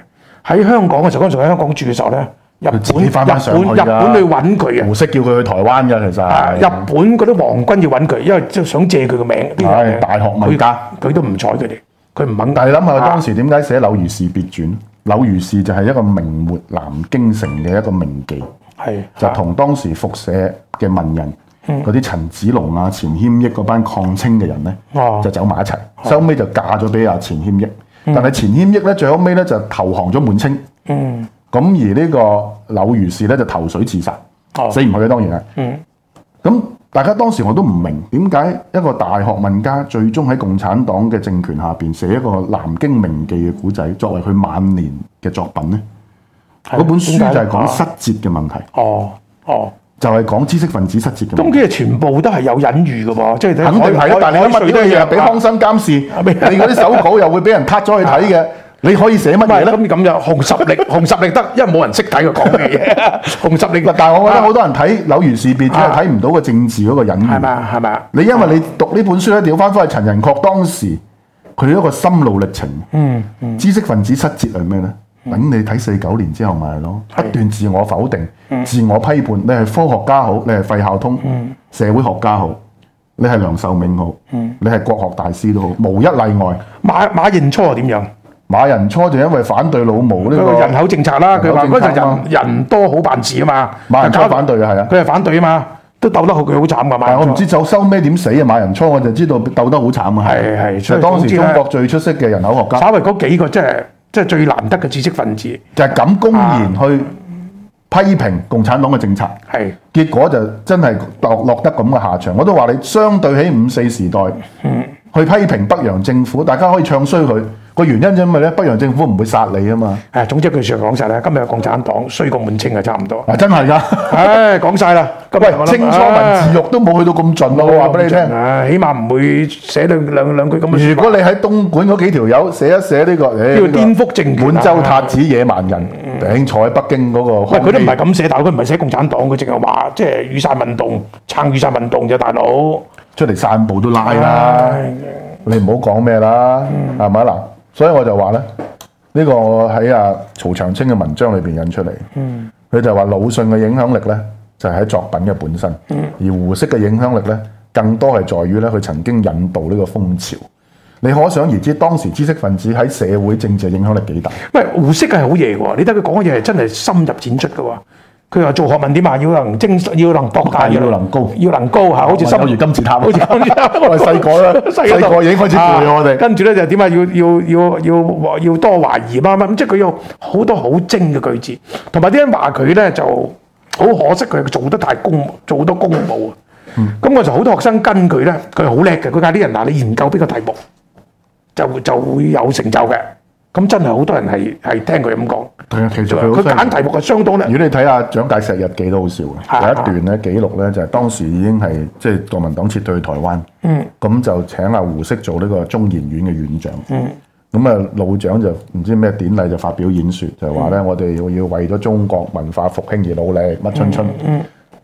S4: 喺香港嘅時候，嗰陣時喺香港住嘅時候咧，日本
S3: 自
S4: 日
S3: 己翻返上去
S4: 本
S3: 㗎
S4: 日本去揾佢
S3: 胡
S4: 啊！
S3: 適叫佢去台灣嘅，其
S4: 啊！
S3: 實
S4: 日本嗰啲皇軍要揾佢，因為即係想借佢個名。啲人啊
S3: 唉大學問家
S4: 佢佢都唔睬佢哋，佢唔肯。
S3: 但係諗下當
S4: 啊
S3: 時點解寫《柳如是別傳》？柳如是就係一個明末南京城嘅一個名妓，
S4: 係
S3: 就同當時復社嘅文人
S4: 嗯
S3: 嗰啲陳子龍啊、錢謙益嗰班抗清嘅人咧
S4: 哦，
S3: 就走埋一齊，收尾就嫁咗俾阿錢謙益。但係錢謙益咧，最後尾咧就投降咗滿清。
S4: 嗯
S3: 咁而呢個柳如是咧就投水自殺，
S4: 哦
S3: 死唔去嘅啊當然係。
S4: 嗯
S3: 咁大家當時我都唔明點解一個大學問家最終喺共產黨嘅政權下邊寫一個南京名妓嘅古仔，作為佢晚年嘅作品呢？
S4: 係
S3: 嗰本書就
S4: 點解
S3: 係講
S4: 啊
S3: 失節嘅問題，
S4: 哦哦，
S3: 就係講知識分子失節嘅問
S4: 咁
S3: 題。
S4: 佢哋全部都係有隱喻嘅喎，即係
S3: 肯定係啦，但係你乜都一樣，俾啊康生
S4: 生
S3: 監視，
S4: 啊
S3: 你 嗰啲手稿又會俾人撻咗去睇嘅，你可以寫乜
S4: 唔係
S3: 嘢呢？
S4: 咁咁樣紅十力 紅十力得，因為冇人識睇佢講嘅 嘢。紅十力
S3: 嗱，但係我覺得好多人睇《柳如是別》，只係
S4: 啊
S3: 睇唔到個政治嗰個隱
S4: 係
S3: 喻。
S4: 嘛係啊嘛？
S3: 你因為你讀呢本書咧，調翻翻去陳寅恪當時佢一個心路歷程。嗯，知識分子失節係咩咧？
S4: 嗯
S3: 等你睇四九年之後咪係咯，不斷自我否定、
S4: 嗯
S3: 自我批判。你係科學家好，你係費孝通、社會學家好，你係梁秀銘好，
S4: 嗯
S3: 你係國學大師都好，無一例外。
S4: 馬馬認初係點樣？
S3: 馬仁初就因為反對老毛呢
S4: 佢
S3: 個
S4: 個人口政策啦，佢
S3: 人
S4: 話
S3: 口
S4: 嗰
S3: 政策嘛
S4: 陣人人多好辦事啊嘛。
S3: 馬仁初
S4: 搞到
S3: 反對嘅係啊，
S4: 佢係反對啊嘛，都鬥得好佢好慘噶嘛。
S3: 但係
S4: 馬
S3: 我
S4: 仁
S3: 唔
S4: 初
S3: 知就收尾點死啊！馬仁初我就知道鬥得好慘啊，
S4: 係係
S3: 就
S4: 所以
S3: 當
S4: 總
S3: 時
S4: 之
S3: 中
S4: 呢
S3: 國最出色嘅人口學家。
S4: 稍微嗰幾個真係即係最難得嘅知識分子
S3: 就係咁公
S4: 啊
S3: 然去批評共產黨嘅政策，
S4: 係
S3: 結果就真係落落得咁嘅下場。我都話你相對起五四時代去批評北洋政府，大家可以唱衰佢個原因，因為咧北洋政府唔會殺你啊嘛。
S4: 誒。總之一句説話講晒啦，今日共產黨衰過滿清啊，差唔 多。
S3: 嗱，真係㗎。
S4: 唉，講晒啦。今日
S3: 喂
S4: 我，諗啊
S3: 清初文字獄都冇去到咁盡咯，我話俾你聽。
S4: 唉起碼唔會寫兩兩兩句咁嘅説話。
S3: 如果你喺東莞嗰幾條友寫一寫呢個，
S4: 叫
S3: 誒
S4: 顛覆政權啊嗯
S3: 滿洲塔子野蠻人，頂坐喺北京嗰個。
S4: 喂，佢都唔係咁寫，但係佢唔係寫共產黨，佢淨係話即係雨傘運動撐雨傘運動啫，大佬。
S3: 出嚟散步都拉啦。
S4: 唉嗯
S3: 你唔好講咩啦，係咪啊嗱？所以我就話咧，呢、個我喺啊曹長青嘅文章裏邊引出嚟，佢、
S4: 嗯
S3: 就話魯迅嘅影響力咧，就係喺作品嘅本身，
S4: 嗯
S3: 而胡適嘅影響力咧，更多係在於咧佢曾經引導呢個風潮。你可想而知，當時知識分子喺社會政治嘅影響力幾大。
S4: 喂，胡適係好嘢喎，你睇佢講嘅嘢係真係深入淺出嘅喎。佢話做學問點啊？要能精，要能博大，
S3: 啊要能高
S4: 要能高嚇，好似
S3: 哇
S4: 深
S3: 有如金字塔
S4: 好似金字塔。
S3: 我哋細個 啦細個已經開始攰啦
S4: 啊
S3: 我哋
S4: 跟住咧就點啊？要要要要要多懷疑啦，咁即係佢有好多好精嘅句子，同埋啲人話佢咧就好可惜，佢做得太公，做好多公務啊。
S3: 嗯
S4: 咁我就好多學生跟佢咧，佢好叻嘅。佢嗌啲人嗱，你研究邊個題目，就就會有成就嘅。咁真係好多人係係聽佢咁講。
S3: 對啊，其實佢好
S4: 佢
S3: 犀利
S4: 揀題目係相當咧
S3: 如。果你睇下蔣介石日記都好笑嘅，有一段咧記錄咧就係、當時已經係即係國民黨撤退去台灣，咁、就請阿胡適做呢個中研院嘅院長。咁啊，老長就唔知咩典禮就發表演說，就話咧，我哋要要為咗中國文化復興而努力，乜春春，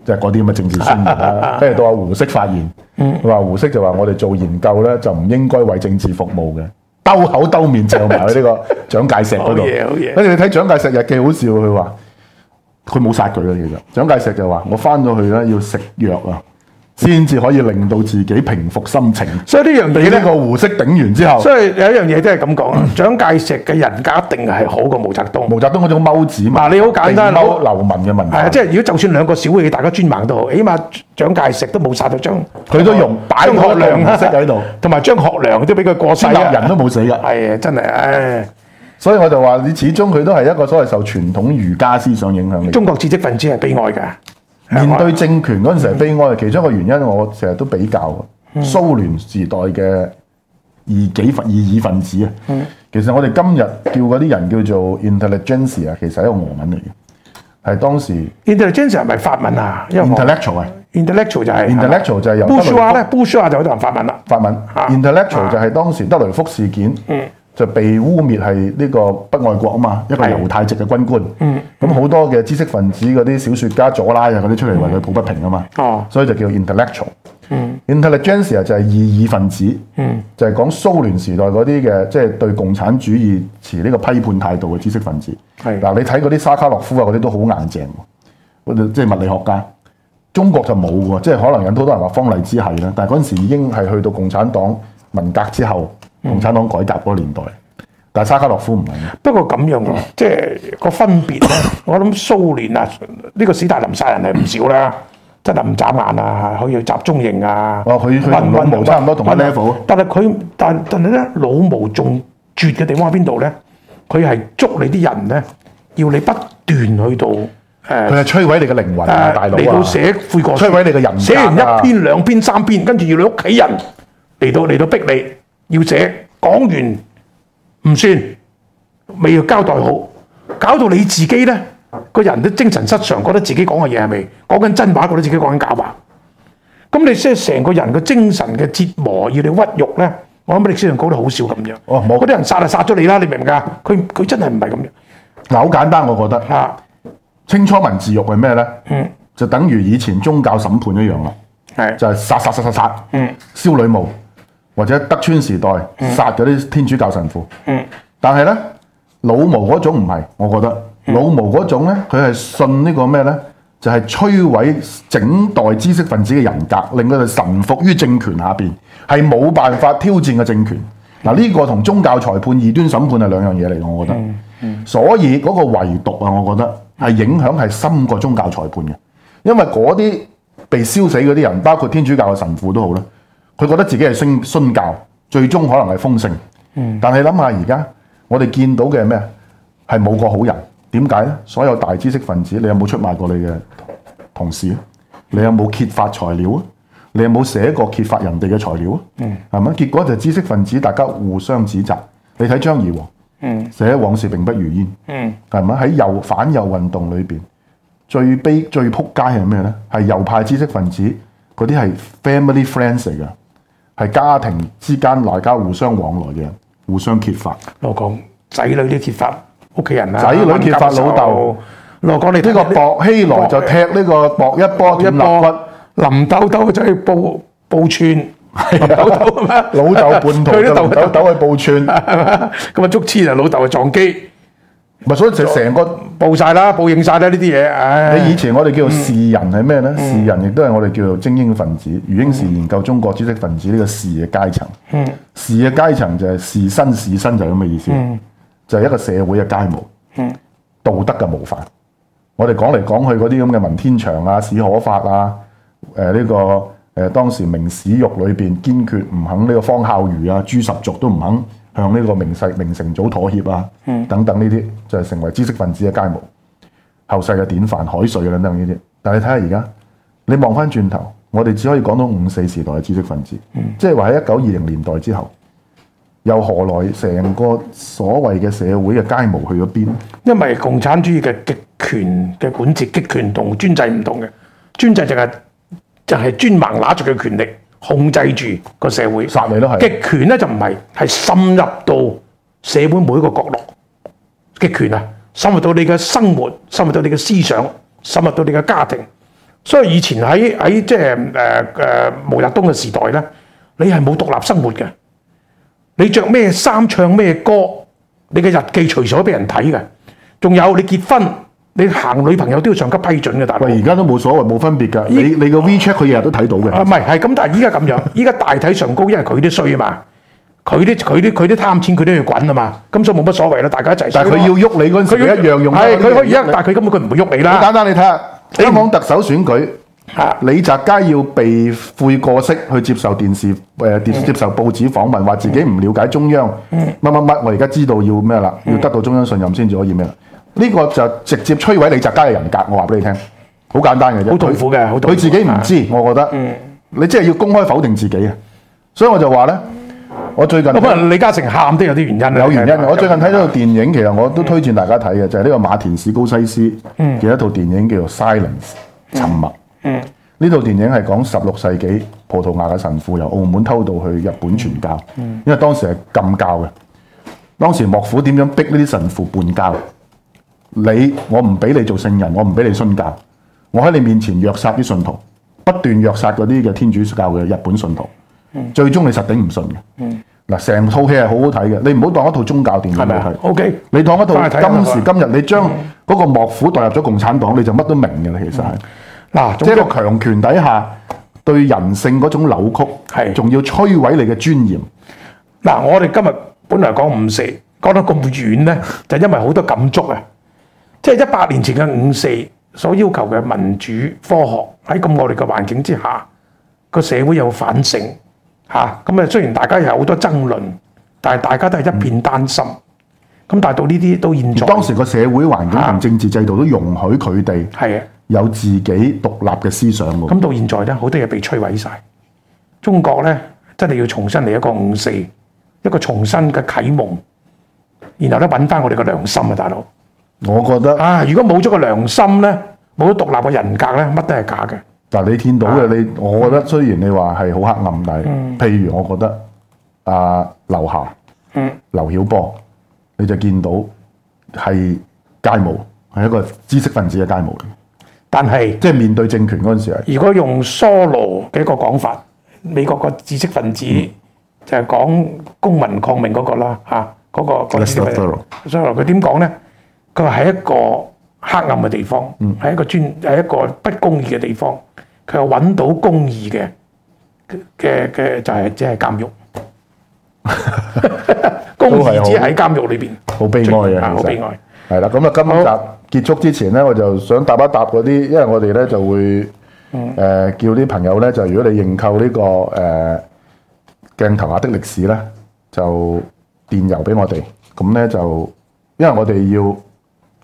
S3: 即係嗰啲咁嘅政治宣言 啦。跟住到阿胡適發言，佢話胡適就話我哋做研究咧就唔應該為政治服務嘅，兜口兜面就埋去呢 個蔣介石嗰
S4: 好嘢好
S3: 度。
S4: 嘢
S3: 跟住你睇蔣介石日記好笑，佢話。佢冇殺佢嘅，其實蔣介石就話：我翻到去咧要食藥啊，先至可以令到自己平復心情。
S4: 所以呢樣
S3: 俾
S4: 嘢
S3: 呢
S4: 咧，
S3: 個胡適頂完之後，
S4: 所以有一樣嘢真係咁講啦。蔣介石嘅人格一定係好過毛澤東。
S3: 毛澤東嗰種踎子嘛，
S4: 嗱你好簡單
S3: 地踎
S4: 好
S3: 流民嘅文
S4: 係啊，
S3: 化，
S4: 即係如果就算兩個小嘅大家專盲都好，起碼蔣介石都冇殺到張，
S3: 佢都用擺
S4: 張學良
S3: 嗰個紅
S4: 啊
S3: 色喺 度，
S4: 同埋張學良都俾佢過世
S3: 專
S4: 啊！
S3: 立人都冇死㗎。
S4: 係啊，真係唉，
S3: 所以我就話：你始終佢都係一個所謂受傳統儒家思想影響嘅。
S4: 中國知識分子係悲哀㗎。
S3: 面對政權嗰陣時係悲哀嘅，其中一個原因我成日都比較啊
S4: 嗯
S3: 蘇聯時代嘅異己分異議分子啊。
S4: 嗯
S3: 其實我哋今日叫嗰啲人叫做 intelligentsia，其實係一個俄文嚟嘅，係當時
S4: intelligence 係咪法文啊？因為我
S3: intellectual 啊
S4: intellectual 就係
S3: intellectual 就係由
S4: b u r g e o i
S3: 德
S4: 咧 b u r g e o i 就好多人法文啦。
S3: 法文
S4: 啊嗯
S3: intellectual 就係當時德雷福事件。就被污蔑係呢個北愛國啊嘛，一個猶太籍嘅軍官，
S4: 嗯
S3: 咁好多嘅知識分子嗰啲小説家左拉啊嗰啲出嚟為佢抱不平啊嘛，
S4: 哦
S3: 所以就叫 intellectual。intelligentsia 就係異議分子，就係講蘇聯時代嗰啲嘅，即係對共產主義持呢個批判態度嘅知識分子。
S4: 係
S3: 嗱，你睇嗰啲沙卡洛夫啊，嗰啲都好硬正喎，嗰啲即係物理學家。中國就冇喎，即係可能有好多人話方勵之係啦，但係嗰陣時已經係去到共產黨文革之後，共產黨改革嗰個年代。但係沙卡洛嗯夫唔係嘅，
S4: 不過咁樣喎，即係個分別 咧。我諗蘇聯啊，呢個史達林殺人係唔少啦，真係唔眨眼啊，佢要集中營啊。
S3: 哦佢佢同老毛差唔多同一 level 啊
S4: 但係佢但但係咧，老毛仲絕嘅地方喺邊度咧？佢係捉你啲人咧，要你不斷去到誒。
S3: 佢係摧毀你嘅靈魂啊，
S4: 誒
S3: 大佬
S4: 嚟
S3: 啊
S4: 到！寫悔過書
S3: 摧毀你嘅人格啊
S4: 寫完一篇、兩篇、三篇，跟住要你屋企人嚟到嚟到逼你要寫，講完唔算，未要交代好，搞到你自己咧個人都精神失常，覺得自己講嘅嘢係咪講緊真話，覺得自己講緊假話。咁你即係成個人嘅精神嘅折磨，要你屈辱咧，我諗歷史上講得好少咁樣。
S3: 哦冇
S4: 嗰啲人殺就殺咗你啦，你明唔明㗎？佢佢真係唔係咁樣
S3: 嗱，好簡單，我覺得。
S4: 啊，
S3: 清初文字獄係咩咧？就等於以前宗教審判一樣啦，
S4: 係
S3: 就係殺殺殺殺殺，燒女巫或者德川時代殺嗰啲天主教神父。但係咧，老毛嗰種唔係，我覺得老毛嗰種咧，佢係信呢個咩咧？就係摧毀整代知識分子嘅人格，令佢哋臣服於政權下邊，係冇辦法挑戰嘅政權。嗱，呢個同宗教裁判、異端審判係兩樣嘢嚟，我覺得。所以嗰個唯獨啊，我覺得係影響係深過宗教裁判嘅，因為嗰啲被燒死嗰啲人，包括天主教嘅神父都好啦，佢覺得自己係信信教，最終可能係封聖。但係諗下而家我哋見到嘅係咩啊？係冇個好人，點解咧？所有大知識分子，你有冇出賣過你嘅同事啊？你有冇揭發材料啊？你有冇寫過揭發人哋嘅材料啊？係咪、結果就係知識分子大家互相指責。你睇張怡和，寫往事並不如煙，係咪喺右反右運動裏邊最悲最撲街係咩咧？係右派知識分子嗰啲係 family friends 嚟㗎，係家庭之間大家互相往來嘅人，互相揭發。
S4: 我講仔女啲揭發屋企人啊，
S3: 仔女揭發老豆。
S4: 我講你
S3: 呢個薄熙來就踢呢個薄一波
S4: 一
S3: 斷肋骨
S4: 波，林豆豆就去報報串，老豆啊嘛，
S3: 老豆半途
S4: 佢
S3: 就
S4: 啲
S3: 老豆
S4: 豆
S3: 豆去報串，
S4: 咁啊，竹籤啊，老豆啊撞機，
S3: 咪所以就成個
S4: 報晒啦，報應晒啦呢啲嘢，唉，
S3: 你以前我哋叫做士人係咩呢？士人亦都係我哋叫做精英分子。余英時研究中國知識分子呢個士嘅階層。士嘅階層就係士紳，士紳就係咁嘅意思，就係一個社會嘅楷模，道德嘅模範。我哋講嚟講去嗰啲咁嘅文天祥啊、史可法啊、誒、呢、個誒、當時明史獄裏邊堅決唔肯呢個方孝孺啊、朱十族都唔肯向呢個明世明成祖妥協啊，等等呢啲就係成為知識分子嘅楷模。後世嘅典範、海瑞嘅等等呢啲。但係你睇下而家，你望翻轉頭，我哋只可以講到五四時代嘅知識分子，
S4: 嗯
S3: 即係話喺一九二零年代之後，又何來成個所謂嘅社會嘅楷模去咗邊呢？
S4: 因為共產主義嘅極權嘅管治，極權同專制唔同嘅，專制淨係就係專盲拿住嘅權力控制住個社會，
S3: 殺你都係
S4: 極權咧就唔係，係深入到社會每一個角落。極權啊，深入到你嘅生活，深入到你嘅思想，深入到你嘅家庭。所以以前喺喺即係誒誒毛澤東嘅時代咧，你係冇獨立生活嘅，你着咩衫唱咩歌，你嘅日記隨時都俾人睇嘅。仲有你結婚，你行女朋友都要上級批准嘅，大佬。
S3: 喂，而家都冇所謂，冇分別㗎。你你個 WeChat 佢日日都睇到嘅
S4: 啊，唔。係，係咁，但係依家咁樣，依家大體上高，因為佢啲衰啊嘛，佢啲佢啲佢啲貪錢，佢都要滾啊嘛，咁所以冇乜所謂啦，大家一齊衰
S3: 但
S4: 咯。啊
S3: 係佢要喐你嗰陣時，
S4: 佢
S3: 佢一樣用
S4: 係
S3: 㗎。
S4: 佢可以一
S3: 喐你，
S4: 但係佢根本佢唔會喐你
S3: 好
S4: 啦。
S3: 簡單，你睇下
S4: 你唔
S3: 香港特首選舉。
S4: 啊
S3: 李澤楷要被悔過色去接受電視誒、呃
S4: 嗯
S3: 接接受報紙訪問，話自己唔了解中央乜乜乜，我而家知道要咩啦，
S4: 嗯
S3: 要得到中央信任先至可以咩啦。呢、個就直接摧毀李澤楷嘅人格，我話俾你聽，好簡單嘅啫。
S4: 好痛苦嘅好痛苦嗯
S3: 佢自己唔知，我覺得。你即係要公開否定自己啊！所以我就話咧，我最近
S4: 咁啊，李嘉誠喊都有啲原因啊
S3: 有原因嘅。我最近睇到套電影，其實我都推薦大家睇嘅，就係、呢個馬田史高西斯嘅一套電影叫做《Silence》沉默。呢套電影係講十六世紀葡萄牙嘅神父由澳門偷渡去日本傳教，因為當時係禁教嘅。當時幕府點樣逼呢啲神父叛教？你我唔俾你做聖人，我唔俾你殉教，我喺你面前虐殺啲信徒，不斷虐殺嗰啲嘅天主教嘅日本信徒，
S4: 嗯
S3: 最終你實頂唔順嘅。嗱，成套戲係好好睇嘅，你唔好當一套宗教電影去
S4: 係咪啊
S3: 睇。
S4: ？OK，
S3: 你當一套
S4: 翻去睇下
S3: 今
S4: 好啊嗯
S3: 時
S4: 嘛
S3: 今日，你將嗰個幕府代入咗共產黨，你就乜都明嘅啦。其實係，
S4: 嗱，
S3: 即係
S4: 嗯總
S3: 一
S4: 之
S3: 個強權底下對人性嗰種扭曲，
S4: 係
S3: 仲要摧毀你嘅尊嚴。
S4: 嗱，我哋今日本來講五四，講得咁遠咧，就因為好多感觸啊！即係一百年前嘅五四所要求嘅民主科學，喺咁惡劣嘅環境之下，個社會有反省嚇。咁啊，雖然大家有好多爭論，但係大家都係一片擔心。咁但係到呢啲到現在，
S3: 當時個社會環境同政治制度都容許佢哋
S4: 係啊。
S3: 有自己獨立嘅思想喎。
S4: 咁到現在咧，好多嘢被摧毀晒。中國咧真係要重新嚟一個五四，一個重新嘅啟蒙，然後咧揾翻我哋嘅良心啊，大佬
S3: 我覺得
S4: 啊！如果冇咗個良心咧，冇咗獨立嘅人格咧，乜都係假嘅。
S3: 嗱，你見到
S4: 啊
S3: 嘅你，我覺得雖然你話係好黑暗，
S4: 嗯
S3: 但係譬如我覺得啊，劉霞、
S4: 嗯
S3: 劉曉波，你就見到係楷模，係一個知識分子嘅楷模嚟。
S4: 但係
S3: 即係面對政權嗰陣時係
S4: 如果用梭羅嘅一個講法，美國個知識分子就係講公民抗命嗰個啦嚇，嗰、個
S3: Lester
S4: 個知識分子
S3: Thoreau。
S4: Thoreau 佢點講咧？佢話係一個黑暗嘅地方，係、一個專係一個不公義嘅地方。佢又揾到公義嘅嘅嘅就係即係監獄，公義只係喺監獄裏邊，
S3: 好悲哀嘅，
S4: 啊好
S3: 其
S4: 悲
S3: 實
S4: 哀。
S3: 係啦。咁啊，今集結束之前咧，我就想答一答嗰啲，因為我哋咧就會誒、
S4: 嗯
S3: 呃叫啲朋友咧，就如果你認購呢、個誒、呃、鏡頭下的歷史咧，就電郵俾我哋。咁咧就因為我哋要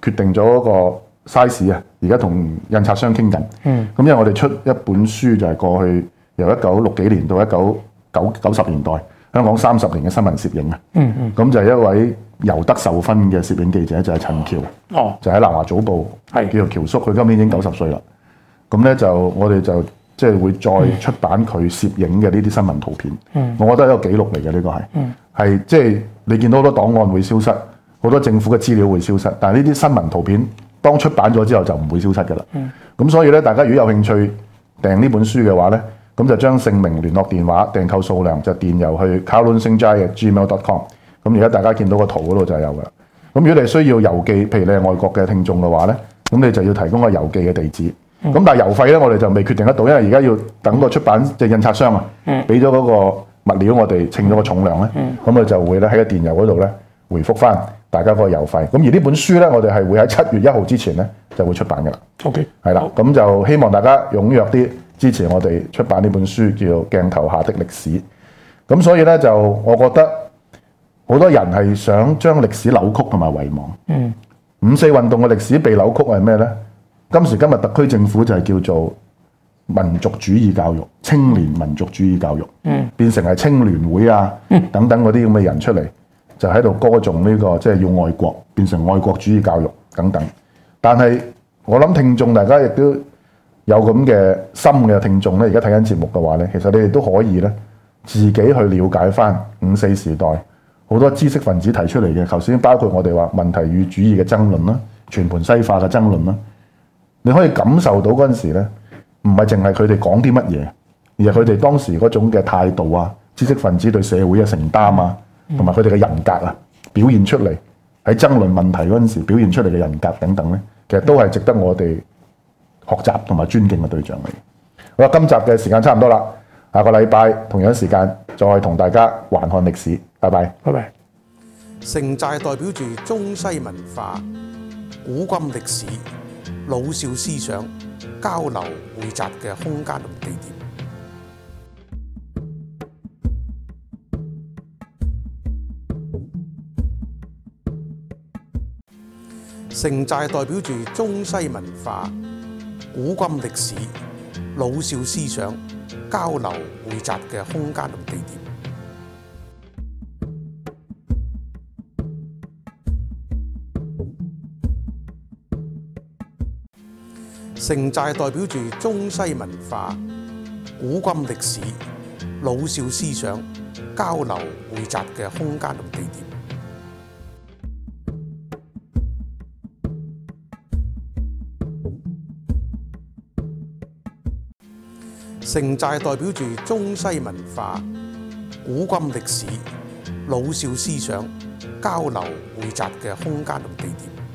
S3: 決定咗嗰個 size 啊，而家同印刷商傾緊。嗯。咁因為我哋出一本書就係過去由一九六幾年到一九九九十年代香港三十年嘅新聞攝影啊。嗯嗯。咁就係一位尤德受勳嘅攝影記者就係、陳橋，
S4: 哦，
S3: 就喺南華早報，
S4: 係
S3: 叫做橋叔，佢今年已經九十歲啦。咁咧就我哋就即係會再出版佢攝影嘅呢啲新聞圖片。
S4: 嗯
S3: 我覺得係一個記錄嚟嘅呢個係，係、即係你見到好多檔案會消失，好多政府嘅資料會消失，但係呢啲新聞圖片當
S4: 嗯
S3: 出版咗之後就唔會消失㗎啦。咁、所以咧，大家如果有興趣訂呢本書嘅話咧，咁就將姓名、聯絡電話、訂購數量就電郵去 c a r o l i n s i n g j a gmail.com。咁而家大家見到個圖嗰度就有噶啦。咁如果你需要郵寄，譬如你係外國嘅聽眾嘅話咧，咁你就要提供個郵寄嘅地址。咁、但係郵費咧，我哋就未決定得到，因為而家要等個出版即係印刷商啊，俾咗嗰個物料我哋稱咗個重量咧，咁佢、就會咧喺個電郵嗰度咧回覆翻大家嗰個郵費。咁而呢本書咧，我哋係會喺七月一號之前咧就會出版噶啦。
S4: OK，
S3: 係啦，咁就希望大家踴躍啲支持我哋出版呢本書，叫《鏡頭下的歷史》。咁所以呢，就我覺得好多人係想將歷史扭曲同埋遺忘。嗯，五四運動嘅歷史被扭曲係咩呢？今時今日特區政府就係叫做民族主義教育、青年民族主義教育，嗯、變成係青聯會啊、等等嗰啲咁嘅人出嚟，就喺度歌頌呢、個即係、要愛國，變成愛國主義教育等等。但係我諗聽眾大家亦都有咁嘅心嘅聽眾咧，而家睇緊節目嘅話咧，其實你哋都可以咧自己去了解翻五四時代好多知識分子提出嚟嘅，頭先包括我哋話問題與主義嘅爭論啦，全盤西化嘅爭論啦。你可以感受到嗰陣時咧，唔係淨係佢哋講啲乜嘢，而係佢哋當時嗰種嘅態度啊、知識分子對社會嘅承擔啊，同埋佢哋嘅人格啊，表現出嚟喺爭論問題嗰陣時表現出嚟嘅人格等等咧，其實都係值得我哋學習同埋尊敬嘅對象嚟。好啦，今集嘅時間差唔多啦，下個禮拜同樣時間再同大家還看歷史，拜拜。
S4: 拜拜。
S5: 城寨代表住中西文化、古今歷史、老少思想交流匯集嘅空間同地點。城寨代表住中西文化、古今歷史、老少思想交流匯集嘅空間同地點。城寨代表住中西文化、古今歷史、老少思想交流匯集嘅空間同地點。城寨代表住中西文化、古今歷史、老少思想交流匯集嘅空間同地點。